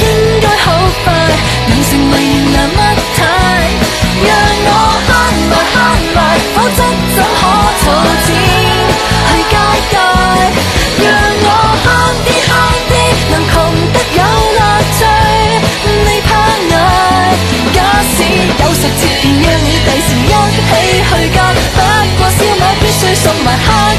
S7: 應該好快能成為賢良物體。讓我慳埋慳埋，否則怎可儲錢去交界？讓我慳啲慳啲，能窮得有樂趣，你怕捱。假使有十折便讓你第時一起去交，不過燒賣必須送埋嗨。